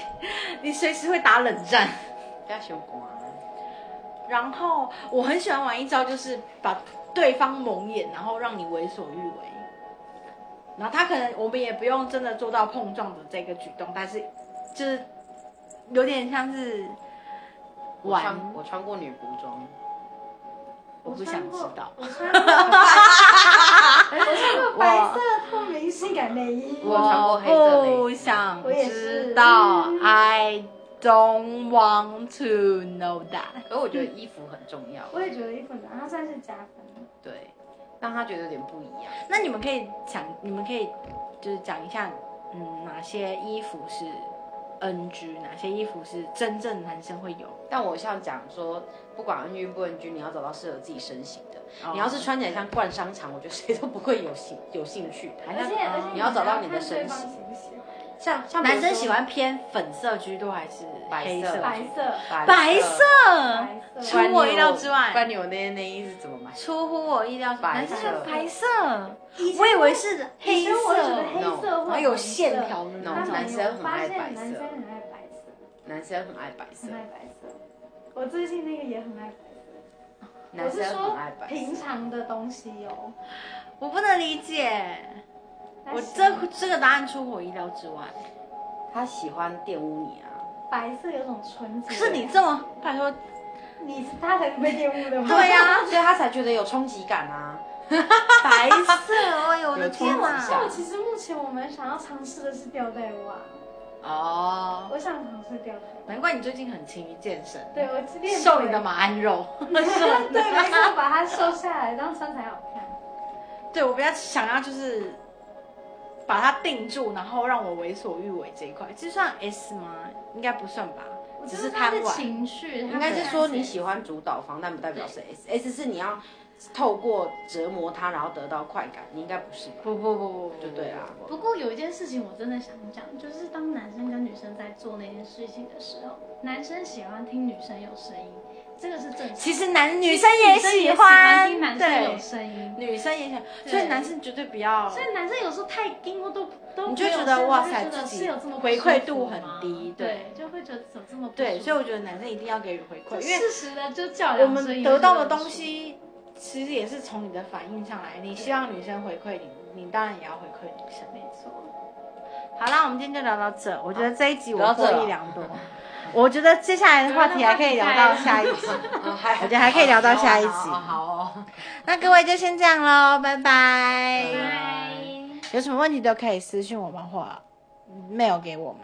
C: 你随时会打冷战。
D: 不要熊光啊！
C: 然后我很喜欢玩一招，就是把对方蒙眼，然后让你为所欲为。然后他可能我们也不用真的做到碰撞的这个举动，但是就是有点像是
D: 我
C: 玩，
D: 穿我穿过女仆装，
C: 我不想知道。
B: 我穿过。我穿过白色透明性感内衣。
D: 我有穿过黑色内衣
C: 不哦想
B: 我也是
C: 知道，I don't want to know that。
D: 可我觉得衣服很重要，
B: 我也觉得衣服很短，它算是加分。
D: 对，让他觉得有点不一样。
C: 那你们可以讲，你们可以就是讲一下，嗯，哪些衣服是 NG，哪些衣服是真正男生会有？
D: 但我像讲说，不管 N 军不 N 军，你要找到适合自己身形的。
C: 哦
D: 你要是穿起来像逛商场，我觉得谁都不会有兴有兴趣。还
B: 而
D: 像嗯
B: 且而且
D: 你要找到你的
B: 身
D: 身
B: 喜
D: 形，
B: 不喜欢
D: 像像比如
C: 男生喜
D: 说
C: 欢偏粉色居多还是黑色？
B: 白色
C: 白色，
B: 白
C: 出
B: 色
C: 出我意料之
D: 不然
C: 外，
D: 你有那些内衣是怎么买？
C: 出乎我意料之外，
D: 白
C: 男
D: 色
C: 生喜欢白色，我以为是黑
B: 以前我也觉
C: 色
B: 得。黑色或
E: 还有线条的
B: 红
E: 那
B: 色，
D: 种
B: 但
D: 男
B: 没有
D: 生很
B: 发
D: 爱
B: 现
D: 白色
B: 男生很爱白色，
D: 男生很爱白色
C: 嗯
B: 很，爱白色。我最近那个也很爱白色，
D: 男生
B: 我
D: 很爱
B: 是说
D: 白
B: 平
D: 色。
B: 常的东西哦。
C: 我不能理解，我这这个答案出乎我意料之外。
D: 他喜欢玷污你啊！
B: 白色有种纯洁，
C: 可是你这么，拜托，
B: 你是他才是被玷污的吗？
C: 对啊 呀、
D: 啊所以他才觉得有冲击感啊！
C: 白色，哎呦我的天
D: 有冲击
B: 但
C: 哪！
B: 我其实目前我们想要尝试的是吊带袜，
C: 哦，
B: 我想尝试吊带袜。
C: 难怪你最近很勤于健身，
B: 对，我今天
C: 瘦你的马鞍肉。
B: 对，没错，把它瘦下来，这样穿才好看。
C: 对我比较想要就是把它定住，然后让我为所欲为这一块，这算 S 吗？应该不算吧，
B: 我
C: 只
B: 觉得他
C: 贪
B: 的
C: 玩。
B: 情绪，
D: 应该是说你喜欢主导方，但不代表是 S。S 是你要透过折磨他，然后得到快感，你应该不是吧？
C: 不不不不不，
D: 就对啦。
B: 不过有一件事情我真的想讲，就是当男生跟女生在做那件事情的时候，男生喜欢听女生有声音，这个是正常。
C: 其实男女生也
B: 生
C: 喜
B: 喜
C: 欢，
B: 听男生有
C: 对，
B: 声音，
C: 女生也喜欢，
B: 对
C: 所以男生绝对不要
B: 所，以男生有时候太硬，我都都
C: 你就
B: 没有
C: 觉得
B: 事
C: 哇
B: 就
C: 塞
B: 觉得
C: 自己
B: 是有这么不
C: 回
B: 舒
C: 馈
B: 服
C: 度很
B: 吗
C: 低
B: 对，就会觉得怎么这么不
C: 对，
B: 舒
C: 所以我
B: 服
C: 觉得男生一定要给予回馈，
B: 就
C: 因为
B: 适时的就叫
C: 我
B: 两声
C: 们
B: 也
C: 得
B: 会
C: 到
B: 觉
C: 的
B: 得
C: 东
B: 很舒服
C: 西，其实也是从你的反应上来。你希望女生回馈你，你当然也要回馈女生。
B: 没错。
C: 好啦，我们今天就聊到这。我觉得这一集我
D: 聊到
C: 获
D: 这
C: 益
D: 了
C: 良多。我觉得接下来的话题还可以聊到下一集，
D: 啊，还
C: 我觉得还可以聊到下一集。
D: 好哦好哦，
C: 那各位就先这样喽，拜拜。
D: 拜
B: 拜。
C: 有什么问题都可以私信我们或 mail 给我们。